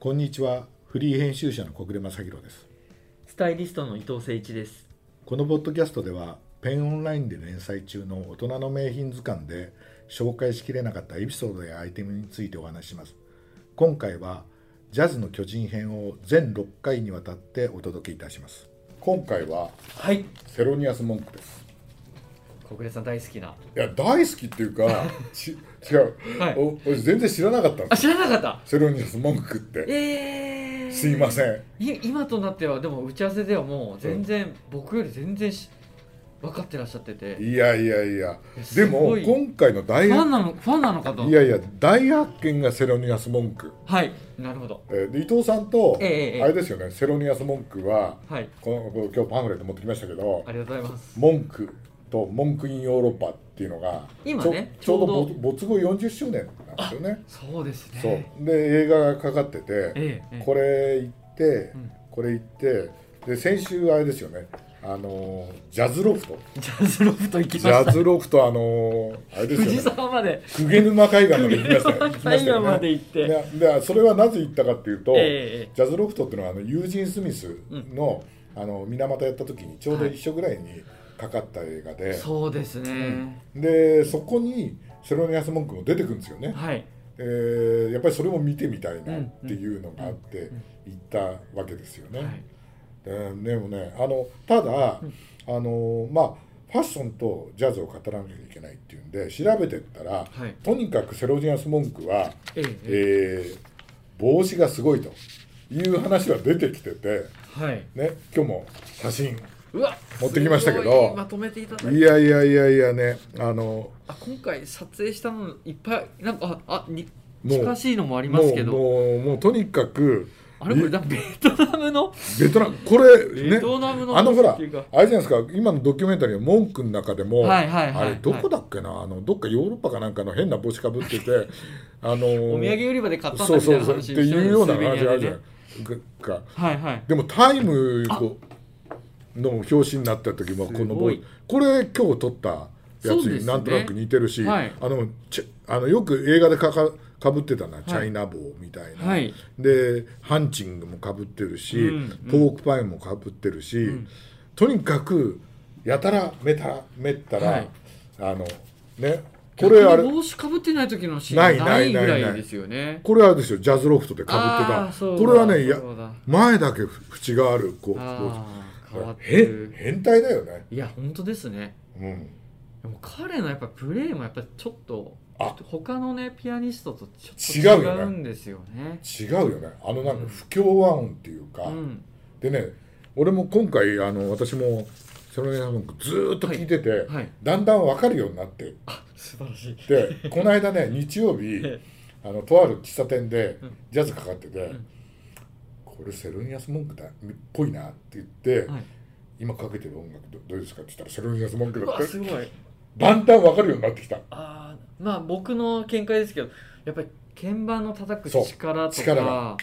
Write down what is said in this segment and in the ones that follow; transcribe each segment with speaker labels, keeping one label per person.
Speaker 1: こんにちはフリー編集者の小暮正弘です
Speaker 2: スタイリストの伊藤誠一です。
Speaker 1: このポッドキャストではペンオンラインで連載中の大人の名品図鑑で紹介しきれなかったエピソードやアイテムについてお話しします今回はジャズの巨人編を全6回にわたってお届けいたします今回は
Speaker 2: はい。
Speaker 1: セロニアス・モンクです
Speaker 2: 小暮さん大好きな。
Speaker 1: いや大好きっていうか ち違う、
Speaker 2: はい
Speaker 1: お俺全然知らなかったんで
Speaker 2: あ、
Speaker 1: す
Speaker 2: 知らなかった。
Speaker 1: セロニアス・モンクって
Speaker 2: ええー。
Speaker 1: すいません
Speaker 2: い今となってはでも打ち合わせではもう全然、僕より全然し分かってらっしゃってて。
Speaker 1: いやいやいやですも
Speaker 2: ごい
Speaker 1: 今回の大
Speaker 2: ファ
Speaker 1: 発
Speaker 2: ンなのファンなのかと。
Speaker 1: いやいや大発見がセロニアス・モンク
Speaker 2: はい。なるほど。
Speaker 1: えーで伊藤さんと、
Speaker 2: ええええ
Speaker 1: あれですよねセロニアス文句は
Speaker 2: はい。
Speaker 1: このこの今日パンフレット持ってきましたけど
Speaker 2: ありがとうございます。
Speaker 1: 文句と文句インヨーロッパっていうのが
Speaker 2: 今ね
Speaker 1: ちょちょう
Speaker 2: ちょう
Speaker 1: どぼ没後40周年なんですよね
Speaker 2: そうですね。
Speaker 1: そうで映画がかかってて
Speaker 2: ええええ
Speaker 1: これ行って
Speaker 2: うん
Speaker 1: これ行ってで先週あれですよねあのージャズロフト
Speaker 2: ジャズロフト行き
Speaker 1: ジ
Speaker 2: まし
Speaker 1: ャ
Speaker 2: た。
Speaker 1: ズロフトあのーあれですよ
Speaker 2: 藤
Speaker 1: ね
Speaker 2: 沢まで。
Speaker 1: 久下沼海岸まで行き ましたよ行きま
Speaker 2: 最
Speaker 1: したよ
Speaker 2: 後
Speaker 1: ね
Speaker 2: まで行って。
Speaker 1: ででそれはなぜ言ったかっていうと、
Speaker 2: ええええ
Speaker 1: ジャズロフトっていうのはあのユージン・スミスの,、あの水俣やった時にちょうど一緒ぐらいにかかった映画で、
Speaker 2: そうですね。
Speaker 1: でそこにセロニアス・モンクも出てくるんですよね、
Speaker 2: はい。
Speaker 1: えーやっぱりそれも見てみたいなっていうのがあって行ったわけですよね、
Speaker 2: はい。
Speaker 1: ででもねあのただ、あのまあファッションとジャズを語らなきゃいけないっていうんで調べてったら、
Speaker 2: はい
Speaker 1: とにかくセロニアス・モンクは
Speaker 2: えええ
Speaker 1: えー帽子がすごいという話は出てきてて、
Speaker 2: えはい。
Speaker 1: ね、今日も写真
Speaker 2: うわ
Speaker 1: 持ってきましたけど
Speaker 2: すごいまとめていただい
Speaker 1: い
Speaker 2: て
Speaker 1: やいやいやいやねあの
Speaker 2: あ今回撮影したのいっぱいなんかああに
Speaker 1: もう
Speaker 2: 近しいのもありま
Speaker 1: も
Speaker 2: す
Speaker 1: う
Speaker 2: けど
Speaker 1: もうもうとにかく
Speaker 2: あれこれ
Speaker 1: い
Speaker 2: だベトナムの
Speaker 1: ベトナムこれね
Speaker 2: ベトナムの
Speaker 1: あのほらあ
Speaker 2: って
Speaker 1: れ
Speaker 2: いう
Speaker 1: じ
Speaker 2: か
Speaker 1: ゃないですか今のドキュメンタリーの文句の中でも、
Speaker 2: はいはいはい
Speaker 1: あれどこだっけなあのどっかヨーロッパかなんかの変な帽子かぶっててあの
Speaker 2: お土産売り場で買ったんだ
Speaker 1: そう
Speaker 2: みた
Speaker 1: そそ
Speaker 2: いうな
Speaker 1: うっ
Speaker 2: 話
Speaker 1: ていうような
Speaker 2: スーベ
Speaker 1: 話
Speaker 2: ニ
Speaker 1: あ
Speaker 2: ア
Speaker 1: るじ
Speaker 2: で
Speaker 1: ゃ
Speaker 2: ね
Speaker 1: ないか
Speaker 2: はいはい
Speaker 1: でもタイム
Speaker 2: あ
Speaker 1: こうの表紙になった時もこの
Speaker 2: す
Speaker 1: ボ
Speaker 2: ご
Speaker 1: ー
Speaker 2: い
Speaker 1: これ今日撮ったや
Speaker 2: そう
Speaker 1: つ
Speaker 2: です
Speaker 1: に
Speaker 2: ね
Speaker 1: なんとなく似てるし、
Speaker 2: はい
Speaker 1: あのちあのよく映画でかかかぶってたな、チャイナ帽みたいな、
Speaker 2: はい
Speaker 1: でハンチングもかぶってるし、
Speaker 2: うんうん
Speaker 1: ポークパイもかぶってるし、とにかくやたらめたらめったら、
Speaker 2: はい
Speaker 1: あのねこ
Speaker 2: こ
Speaker 1: れ
Speaker 2: れ
Speaker 1: あ
Speaker 2: あ
Speaker 1: れ
Speaker 2: れ帽子かぶってない時のシ
Speaker 1: な
Speaker 2: ー
Speaker 1: い
Speaker 2: ン
Speaker 1: ない
Speaker 2: ないぐ
Speaker 1: ない
Speaker 2: ら
Speaker 1: ない
Speaker 2: いですよね
Speaker 1: これはあれですよジャズロフトでか
Speaker 2: あー
Speaker 1: ぶ
Speaker 2: そ
Speaker 1: って
Speaker 2: う
Speaker 1: たこ
Speaker 2: だ
Speaker 1: れはねいや
Speaker 2: そうだ
Speaker 1: 前だけ縁があるこう
Speaker 2: ああ変わって
Speaker 1: へ
Speaker 2: る
Speaker 1: 変態だよね、
Speaker 2: いや本当ですね
Speaker 1: うん、
Speaker 2: でも彼のやっぱプレーもやっぱちょっと
Speaker 1: あ
Speaker 2: 他のねピアニストと
Speaker 1: 違う
Speaker 2: ちょっと
Speaker 1: よね
Speaker 2: 違うんですよね
Speaker 1: 違うよねあのなんか不協和音っていうか、
Speaker 2: うん
Speaker 1: でね俺も今回あの私もセロネナムンクずーっと聞いてて、
Speaker 2: はい
Speaker 1: だんだん分かるようになって
Speaker 2: あ素晴らしい
Speaker 1: でこの間ね日曜日
Speaker 2: え
Speaker 1: あのとある喫茶店で
Speaker 2: うん
Speaker 1: ジャズかかってて、
Speaker 2: ん
Speaker 1: これセロニアス・モンクだっぽいなって言って、
Speaker 2: はい
Speaker 1: 今かけてる音楽どどうですかって言ったらセロニアス・モンク
Speaker 2: う
Speaker 1: だっ
Speaker 2: わ
Speaker 1: て
Speaker 2: すごい
Speaker 1: だんだん分かるようになってきた
Speaker 2: あーまあ僕の見解ですけどやっぱり鍵盤の叩く力
Speaker 1: そう
Speaker 2: と
Speaker 1: 力
Speaker 2: か
Speaker 1: が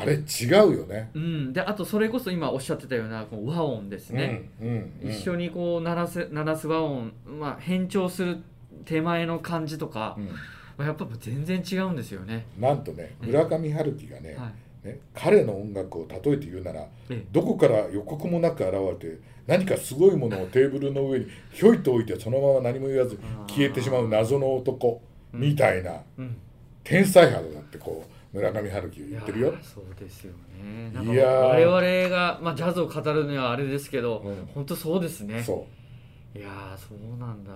Speaker 1: あれ違うよね
Speaker 2: うん、であとそれこそ今おっしゃってたようなこう和音ですね、
Speaker 1: うんうんうん、
Speaker 2: 一緒にこう鳴らす鳴らす和音、まあ、変調する手前の感じとか
Speaker 1: う、ん
Speaker 2: まあやっぱ全然違うんですよね、
Speaker 1: なんとね
Speaker 2: うん
Speaker 1: 村上春樹がね,、
Speaker 2: はい
Speaker 1: ね彼の音楽を例えて言うなら
Speaker 2: え
Speaker 1: どこから予告もなく現れて何かすごいものをテーブルの上にひょいと置いてそのまま何も言わず
Speaker 2: あー
Speaker 1: 消えてしまう謎の男
Speaker 2: うん
Speaker 1: みたいな、
Speaker 2: えうん、
Speaker 1: 天才派だってこう村上春樹が言ってる
Speaker 2: い
Speaker 1: よ
Speaker 2: やー。そうですよねなんか
Speaker 1: いやー
Speaker 2: 我々が、まあ、ジャズを語るにはあれですけど、
Speaker 1: うん
Speaker 2: 本当そうですね
Speaker 1: そ
Speaker 2: いやーそうなんだ、
Speaker 1: う、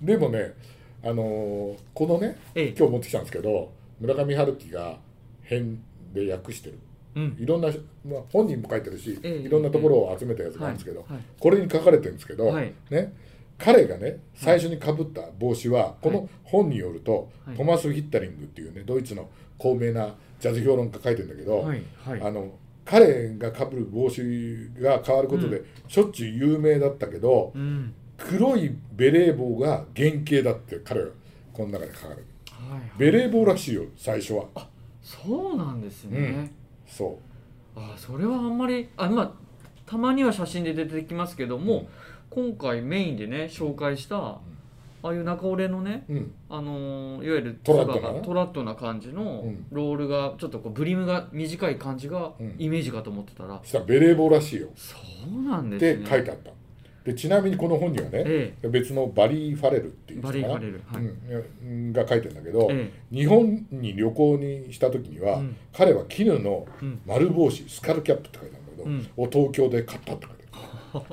Speaker 1: うん、でもね、あのーこのね
Speaker 2: ええ
Speaker 1: 今日持ってきたんですけど村上春樹が編で訳してる
Speaker 2: うん
Speaker 1: いろんな、まあ、本人も書いてるし、
Speaker 2: ええ
Speaker 1: いろんなところを集めたやつなんですけど、
Speaker 2: はいはい
Speaker 1: これに書かれてるんですけど、
Speaker 2: はい
Speaker 1: ね、彼がね最初にかぶった帽子は、この本によると、
Speaker 2: はい
Speaker 1: トマス・ヒッタリングっていうねドイツの高名なジャズ評論家書いてるんだけど、
Speaker 2: はいはい
Speaker 1: あの彼がかぶる帽子が変わることで、しょっちゅう有名だったけど、
Speaker 2: うん
Speaker 1: 黒いベレー帽が原型だって彼はこの中で書かれる
Speaker 2: はいはい
Speaker 1: ベレー帽らしいよ最初は
Speaker 2: そうなんですね、
Speaker 1: そ
Speaker 2: あそれはあんまりあまあたまには写真で出てきますけども、今回メインでね紹介したああいう中折れのね
Speaker 1: うん
Speaker 2: あのーいわゆる
Speaker 1: トラッドな
Speaker 2: がトラッドな感じの
Speaker 1: うん
Speaker 2: ロールがちょっとこうブリムが短い感じが
Speaker 1: うん
Speaker 2: イメージかと思ってたら、
Speaker 1: したらベレー帽らしいよ
Speaker 2: そうなんで
Speaker 1: っ
Speaker 2: す
Speaker 1: て
Speaker 2: ね
Speaker 1: 書いてあったでちなみにこの本にはね
Speaker 2: え
Speaker 1: 別のバリー・ファレルって
Speaker 2: え
Speaker 1: いう
Speaker 2: バ
Speaker 1: 人
Speaker 2: リー・
Speaker 1: か
Speaker 2: フ
Speaker 1: な
Speaker 2: ァレルはい、
Speaker 1: うん、が書いてんだけど、
Speaker 2: え
Speaker 1: 日本に旅行にした時には、
Speaker 2: うん
Speaker 1: 彼は絹の
Speaker 2: うん
Speaker 1: 丸帽子スカルキャップって書いてあるんだけど、
Speaker 2: うん
Speaker 1: を東京で買ったって書いて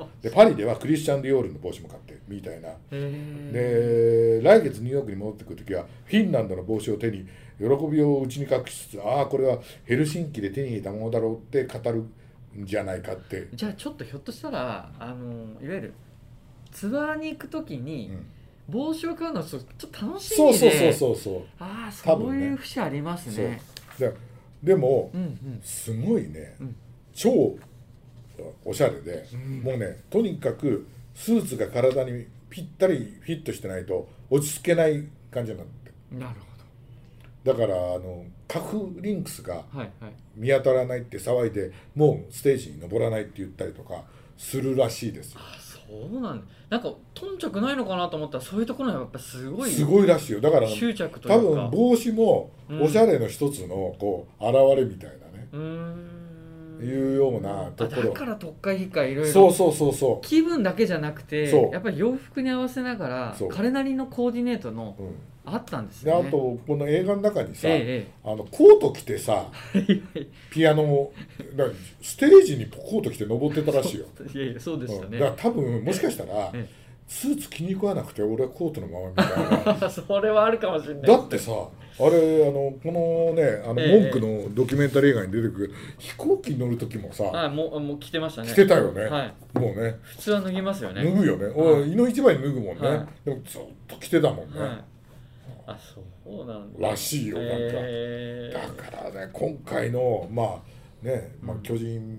Speaker 1: あ るでパリではクリスチャン・ディオールの帽子も買ってみたいな
Speaker 2: ええ
Speaker 1: で来月ニューヨークに戻ってくる時はフィンランドの帽子を手に喜びを内に隠しつつああこれはヘルシンキで手に入れたものだろうって語るんじゃないかって、
Speaker 2: じゃあちょっとひょっとしたらあのーいわゆるツアーに行くとき
Speaker 1: う
Speaker 2: に
Speaker 1: ん
Speaker 2: 帽子を買うのはちょっと楽しみ
Speaker 1: そう
Speaker 2: で
Speaker 1: そうそうそうそ
Speaker 2: ああ
Speaker 1: 多
Speaker 2: そう
Speaker 1: 分ね
Speaker 2: いう節あります
Speaker 1: う
Speaker 2: ね
Speaker 1: そうででも
Speaker 2: うんうん
Speaker 1: すごいね、
Speaker 2: うん
Speaker 1: 超おしゃれで、
Speaker 2: うん
Speaker 1: もうねとにかくスーツが体にぴったりフィットしてないと落ち着けない感じになって
Speaker 2: なるほ
Speaker 1: だからあのカフリンクスが
Speaker 2: どはいはい
Speaker 1: 見当たらないって騒いでもうステージに登らないって言ったりとかするらしいですよ
Speaker 2: あそうなんだなんか頓着ないのかなと思ったらそういうところはやっぱすごい
Speaker 1: すごいらしいよだから
Speaker 2: 執着とい
Speaker 1: 多
Speaker 2: う
Speaker 1: 分
Speaker 2: か
Speaker 1: 帽子も
Speaker 2: うん
Speaker 1: おしゃれの一つのこう現れみたいなね、
Speaker 2: うーん
Speaker 1: いうようなとこ
Speaker 2: あだ
Speaker 1: ろ
Speaker 2: から特会議会いろい
Speaker 1: そう
Speaker 2: ろ
Speaker 1: そうそうそ
Speaker 2: 気分だけじゃなくて
Speaker 1: そう
Speaker 2: やっぱり洋服に合わせながら
Speaker 1: そう
Speaker 2: 彼なりのコーディネートの
Speaker 1: う、うん、
Speaker 2: あったんです
Speaker 1: で
Speaker 2: よ
Speaker 1: あ
Speaker 2: ね
Speaker 1: とこの映画の中にさ、
Speaker 2: え
Speaker 1: あのコート着てさ
Speaker 2: えええ
Speaker 1: ピアノをだからステージにコート着て登ってたらしいよ、
Speaker 2: いやいやそうでした
Speaker 1: うん、
Speaker 2: ね
Speaker 1: だから多分もしかしたら
Speaker 2: え
Speaker 1: スーツ気に食わなくて俺はコートのままみたい な
Speaker 2: それはあるかもしれない
Speaker 1: だってさあれあのこのねあの
Speaker 2: ええ
Speaker 1: 文句のドキュメンタリー映画に出てくる飛行機に乗る時もさ
Speaker 2: はいもうもう着てましたね
Speaker 1: 着てたよね、
Speaker 2: はい
Speaker 1: もうね
Speaker 2: 普通は脱ぎますよね
Speaker 1: 脱ぐよね、
Speaker 2: はい
Speaker 1: 俺胃の一番に脱ぐもんね、
Speaker 2: は
Speaker 1: でもずっと着てたもんね、
Speaker 2: はいあそうなんだ
Speaker 1: らしいよなんか
Speaker 2: え
Speaker 1: だからね今回のまあね、まあ
Speaker 2: う、ん
Speaker 1: 巨人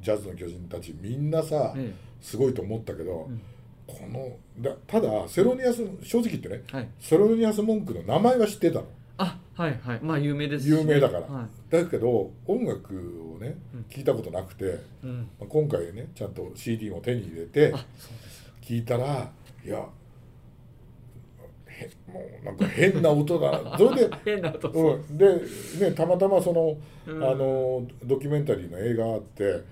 Speaker 1: ジャズの巨人たちみんなさ、
Speaker 2: ええ
Speaker 1: すごいと思ったけど、
Speaker 2: うん
Speaker 1: このだただセロニアス正直言ってね
Speaker 2: えはい
Speaker 1: セロニアス文句の名前は知ってたの
Speaker 2: あはいはいまあ有名ですしね
Speaker 1: 有名だから、
Speaker 2: はい
Speaker 1: だけど音楽をね
Speaker 2: うん
Speaker 1: 聞いたことなくて、
Speaker 2: うん、
Speaker 1: まあ今回ねちゃんと CD も手に入れて
Speaker 2: あそうですか
Speaker 1: 聞いたらいやへもうなんか変な音だなそれで、
Speaker 2: 変な音 そうう、
Speaker 1: ん、で、ね、たまたまその
Speaker 2: う
Speaker 1: あ
Speaker 2: ん
Speaker 1: のドキュメンタリーの映画あって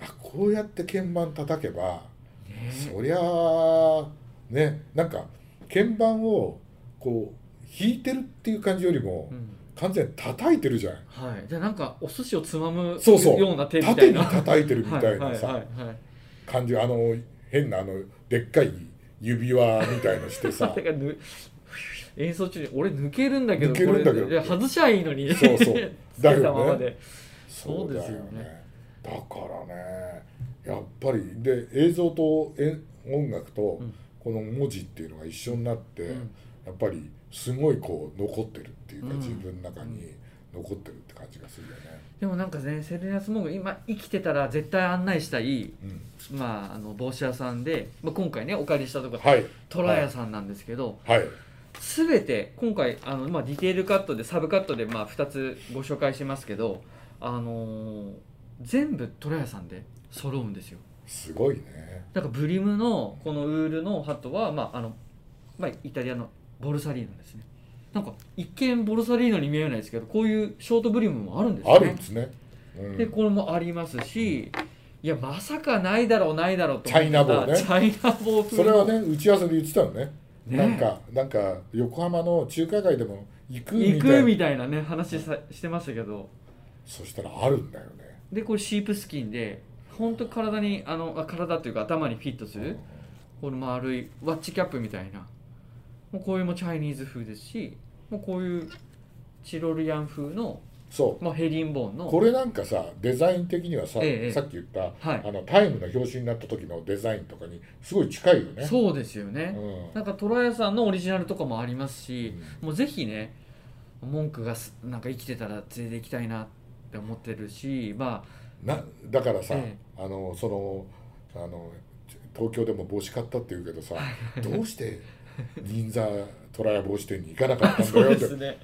Speaker 1: あこうやって鍵盤叩けば、
Speaker 2: ね
Speaker 1: そりゃあねなんか鍵盤をこう弾いてるっていう感じよりも、
Speaker 2: うん
Speaker 1: 完全に叩いてるじゃん
Speaker 2: はいじゃあなんかお寿司をつまむ
Speaker 1: そうそう
Speaker 2: ような手みた
Speaker 1: 縦
Speaker 2: い
Speaker 1: に
Speaker 2: な
Speaker 1: 叩いてるみたいな
Speaker 2: は
Speaker 1: さ
Speaker 2: いはいはいはい
Speaker 1: 感じあの変なあのでっかい指輪みたいのして
Speaker 2: だ
Speaker 1: さ
Speaker 2: からぬ演奏中に俺抜けるんだけど
Speaker 1: 抜けるんだけど
Speaker 2: これいや外しゃいいのに
Speaker 1: そう そう
Speaker 2: つ
Speaker 1: だよね
Speaker 2: けたままで
Speaker 1: そうだよ
Speaker 2: そうですよ
Speaker 1: ねだからねやっぱりで映像とえ音楽と
Speaker 2: うん
Speaker 1: この文字っていうのが一緒になって、
Speaker 2: うん
Speaker 1: やっぱりすごいこう残ってるっていうか、
Speaker 2: うん
Speaker 1: 自分の中に残ってるって感じがするよね。
Speaker 2: でもなんかねセレナスモング今生きてたら絶対案内したい、
Speaker 1: うん
Speaker 2: まあ、あの帽子屋さんで、まあ、今回ねお借りしたとこは
Speaker 1: はい、
Speaker 2: トラヤさんなんですけど、
Speaker 1: はい、
Speaker 2: すべて今回あの、まあ、ディテールカットでサブカットで、まあ、2つご紹介しますけど、あのー全部トラヤさんで揃うんですよ
Speaker 1: すごいね。
Speaker 2: だからブリムのこのウールのハットは、まああのまあ、イタリアのボルサリーノですねなんか一見ボルサリーノに見えないですけどこういうショートブリムもあるんです
Speaker 1: あ
Speaker 2: よ
Speaker 1: る
Speaker 2: ね
Speaker 1: んですね。うん
Speaker 2: でこれもありますしいやまさかないだろうないだろうと
Speaker 1: チャイナボーね
Speaker 2: チャイナボー風
Speaker 1: それはね、打ち合わせで言ってたのね。
Speaker 2: ね
Speaker 1: なんか、なんか横浜の中華街でも行く
Speaker 2: 行
Speaker 1: みた
Speaker 2: く
Speaker 1: いな。
Speaker 2: みたいなね話さしてましたけど
Speaker 1: そしたらあるんだよね。
Speaker 2: でこれシープスキンで本当体にあのあ体というか頭にフィットするこの丸いワッチキャップみたいなもうこういうもチャイニーズ風ですしもうこういうチロルヤン風の、
Speaker 1: そう。
Speaker 2: まあ、ヘリンボーンの
Speaker 1: これなんかさデザイン的にはさ、
Speaker 2: ええ
Speaker 1: さっき言った、
Speaker 2: はい
Speaker 1: あのタイムの表紙になった時のデザインとかにすごい近いよね。
Speaker 2: そうですよね、
Speaker 1: うん
Speaker 2: なんかトラヤさんのオリジナルとかもあります
Speaker 1: う
Speaker 2: し、
Speaker 1: ん
Speaker 2: もうぜひね文句がすなんか生きてたら連れて行きたいなって思ってるしまあ
Speaker 1: なだからさ、
Speaker 2: え
Speaker 1: あのそのあの東京でも帽子買ったって言うけどさどうして銀座トラヤ帽子店に行かなかったんだ
Speaker 2: そう
Speaker 1: よ
Speaker 2: で
Speaker 1: って
Speaker 2: すね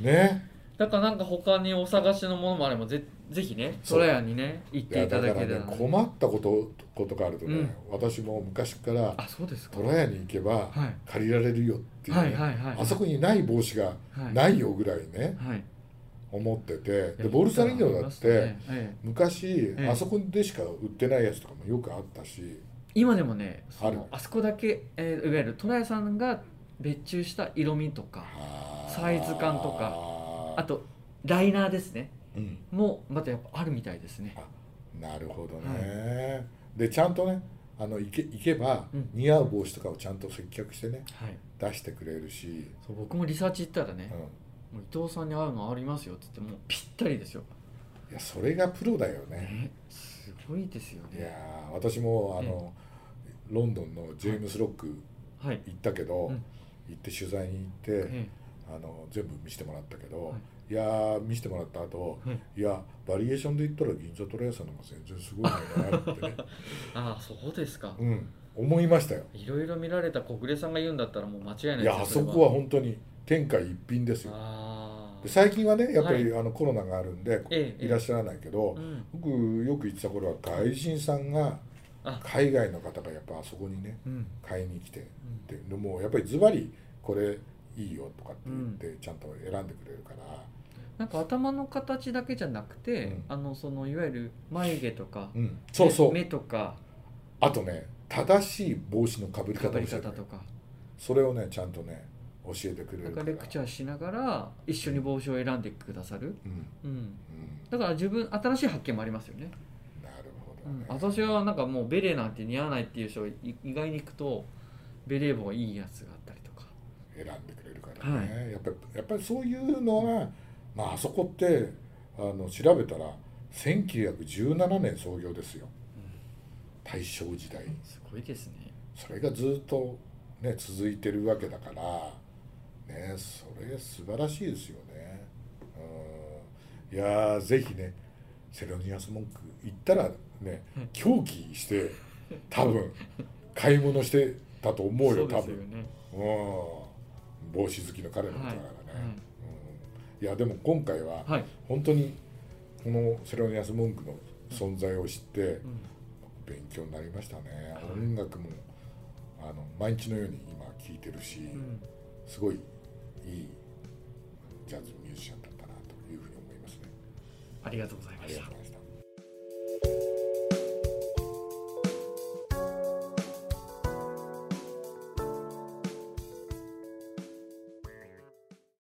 Speaker 1: ね
Speaker 2: だからなんか他にお探しのものもあればぜぜひね
Speaker 1: そう
Speaker 2: 空屋にね行っ
Speaker 1: い
Speaker 2: て
Speaker 1: や
Speaker 2: いた
Speaker 1: だか
Speaker 2: だけ
Speaker 1: ら
Speaker 2: た
Speaker 1: ね
Speaker 2: らね
Speaker 1: 困ったことことがあるとね、私も昔から
Speaker 2: あそうですか
Speaker 1: 虎屋に行けば
Speaker 2: はい
Speaker 1: 借りられるよっていうね、
Speaker 2: はいはいはい
Speaker 1: あそこにない帽子が
Speaker 2: はい
Speaker 1: ないよぐらいね
Speaker 2: はい
Speaker 1: 思ってて
Speaker 2: い
Speaker 1: で
Speaker 2: や
Speaker 1: ボルサリーノだって、
Speaker 2: ええ
Speaker 1: 昔、
Speaker 2: ええ
Speaker 1: あそこでしか売ってないやつとかもよくあったし
Speaker 2: 今でもねそ
Speaker 1: ある
Speaker 2: のあそこだけ、えーいわゆるトラヤさんが別注した色味とかサイズ感とかあ
Speaker 1: か、
Speaker 2: とライナーですね
Speaker 1: うん、
Speaker 2: もまたやっぱあるみたいですね
Speaker 1: なるほどね、でちゃんとねあの行け行けば
Speaker 2: うん
Speaker 1: 似合う帽子とかをちゃんと接客してね
Speaker 2: はい
Speaker 1: 出してくれるし、
Speaker 2: そう僕もリサーチ行ったら
Speaker 1: う
Speaker 2: ね
Speaker 1: ん、
Speaker 2: もう伊藤さんに合うのありますよって言ってもうぴったりですよ、
Speaker 1: いやそれがプロだよね、
Speaker 2: ね、すごいですよ
Speaker 1: いや
Speaker 2: ね
Speaker 1: ー私もあの、ロンドンのジェームス・ロック
Speaker 2: はい
Speaker 1: 行ったけど、
Speaker 2: うん
Speaker 1: 行って取材に行って、
Speaker 2: え
Speaker 1: あの全部見せてもらったけど、、
Speaker 2: はい
Speaker 1: やー見せてもらった後、
Speaker 2: はい
Speaker 1: いやバリエーションで言ったら銀座トラヤさんの方が全然すごいのになってね、
Speaker 2: えああそうですか、
Speaker 1: うん、思いましたよ
Speaker 2: いろいろ見られた小暮さんが言うんだったらもう間違いない
Speaker 1: い
Speaker 2: です
Speaker 1: やあそこは本当に天下一品ですよ
Speaker 2: あ
Speaker 1: で
Speaker 2: あ
Speaker 1: 最近はねやっぱり、あのコロナがあるんで
Speaker 2: ええ
Speaker 1: いらっしゃらないけど、
Speaker 2: うん
Speaker 1: 僕よく行ってた頃は外人さんが
Speaker 2: あ
Speaker 1: 海外の方がやっぱあそこにね
Speaker 2: うん
Speaker 1: 買いに来てででもうやっぱりズバリこれいいよとかって言ってちゃんと選んでくれるから、
Speaker 2: なんか頭の形だけじゃなくて、
Speaker 1: うん
Speaker 2: あのそのいわゆる眉毛とか、
Speaker 1: うんそうそう
Speaker 2: 目目とか
Speaker 1: あとね正しい帽子のかぶり
Speaker 2: か
Speaker 1: 方
Speaker 2: ぶ
Speaker 1: を
Speaker 2: り
Speaker 1: 教えてくれ
Speaker 2: 方と
Speaker 1: る
Speaker 2: か
Speaker 1: それをねちゃんとね教えてくれ
Speaker 2: な
Speaker 1: る
Speaker 2: ん
Speaker 1: か
Speaker 2: からレクチャーしながら一緒に帽子を選んでくださる、
Speaker 1: うん
Speaker 2: うん、
Speaker 1: うん
Speaker 2: だから自分新しい発見もありますよね、
Speaker 1: なるほ
Speaker 2: う
Speaker 1: ど
Speaker 2: ん
Speaker 1: ね、、
Speaker 2: 私はなんかもうベレーなんて似合わないっていう人い意外に行くとベレー帽いいやつがあったりとか
Speaker 1: 選んでくれるからね、やっぱりやっぱりそういうのが、まああそこってあの調べたら1917年創業ですよ、大正時代
Speaker 2: すごいですね
Speaker 1: それがずっとね続いてるわけだからねそれ素晴らしいですよねうんいやーぜひねセロニアス文句行ったらね狂気して多分買い物してたと思うよ
Speaker 2: そ
Speaker 1: 多
Speaker 2: うですよ
Speaker 1: 分
Speaker 2: ね
Speaker 1: うん帽子好きの彼のことだからね、
Speaker 2: はいはい
Speaker 1: うん、いやでも今回は
Speaker 2: はい、
Speaker 1: 本当にこのセロニアス文句の存在を知って、
Speaker 2: うん
Speaker 1: 勉強になりましたね、
Speaker 2: はい
Speaker 1: 音楽もあの毎日のように今聴いてるし、
Speaker 2: うん
Speaker 1: すごいいいジャズミュージシャンだったなというふうに思いますね
Speaker 2: ありがとうござい
Speaker 1: あ
Speaker 2: ま
Speaker 1: り
Speaker 2: し
Speaker 1: がと
Speaker 2: た
Speaker 1: うございました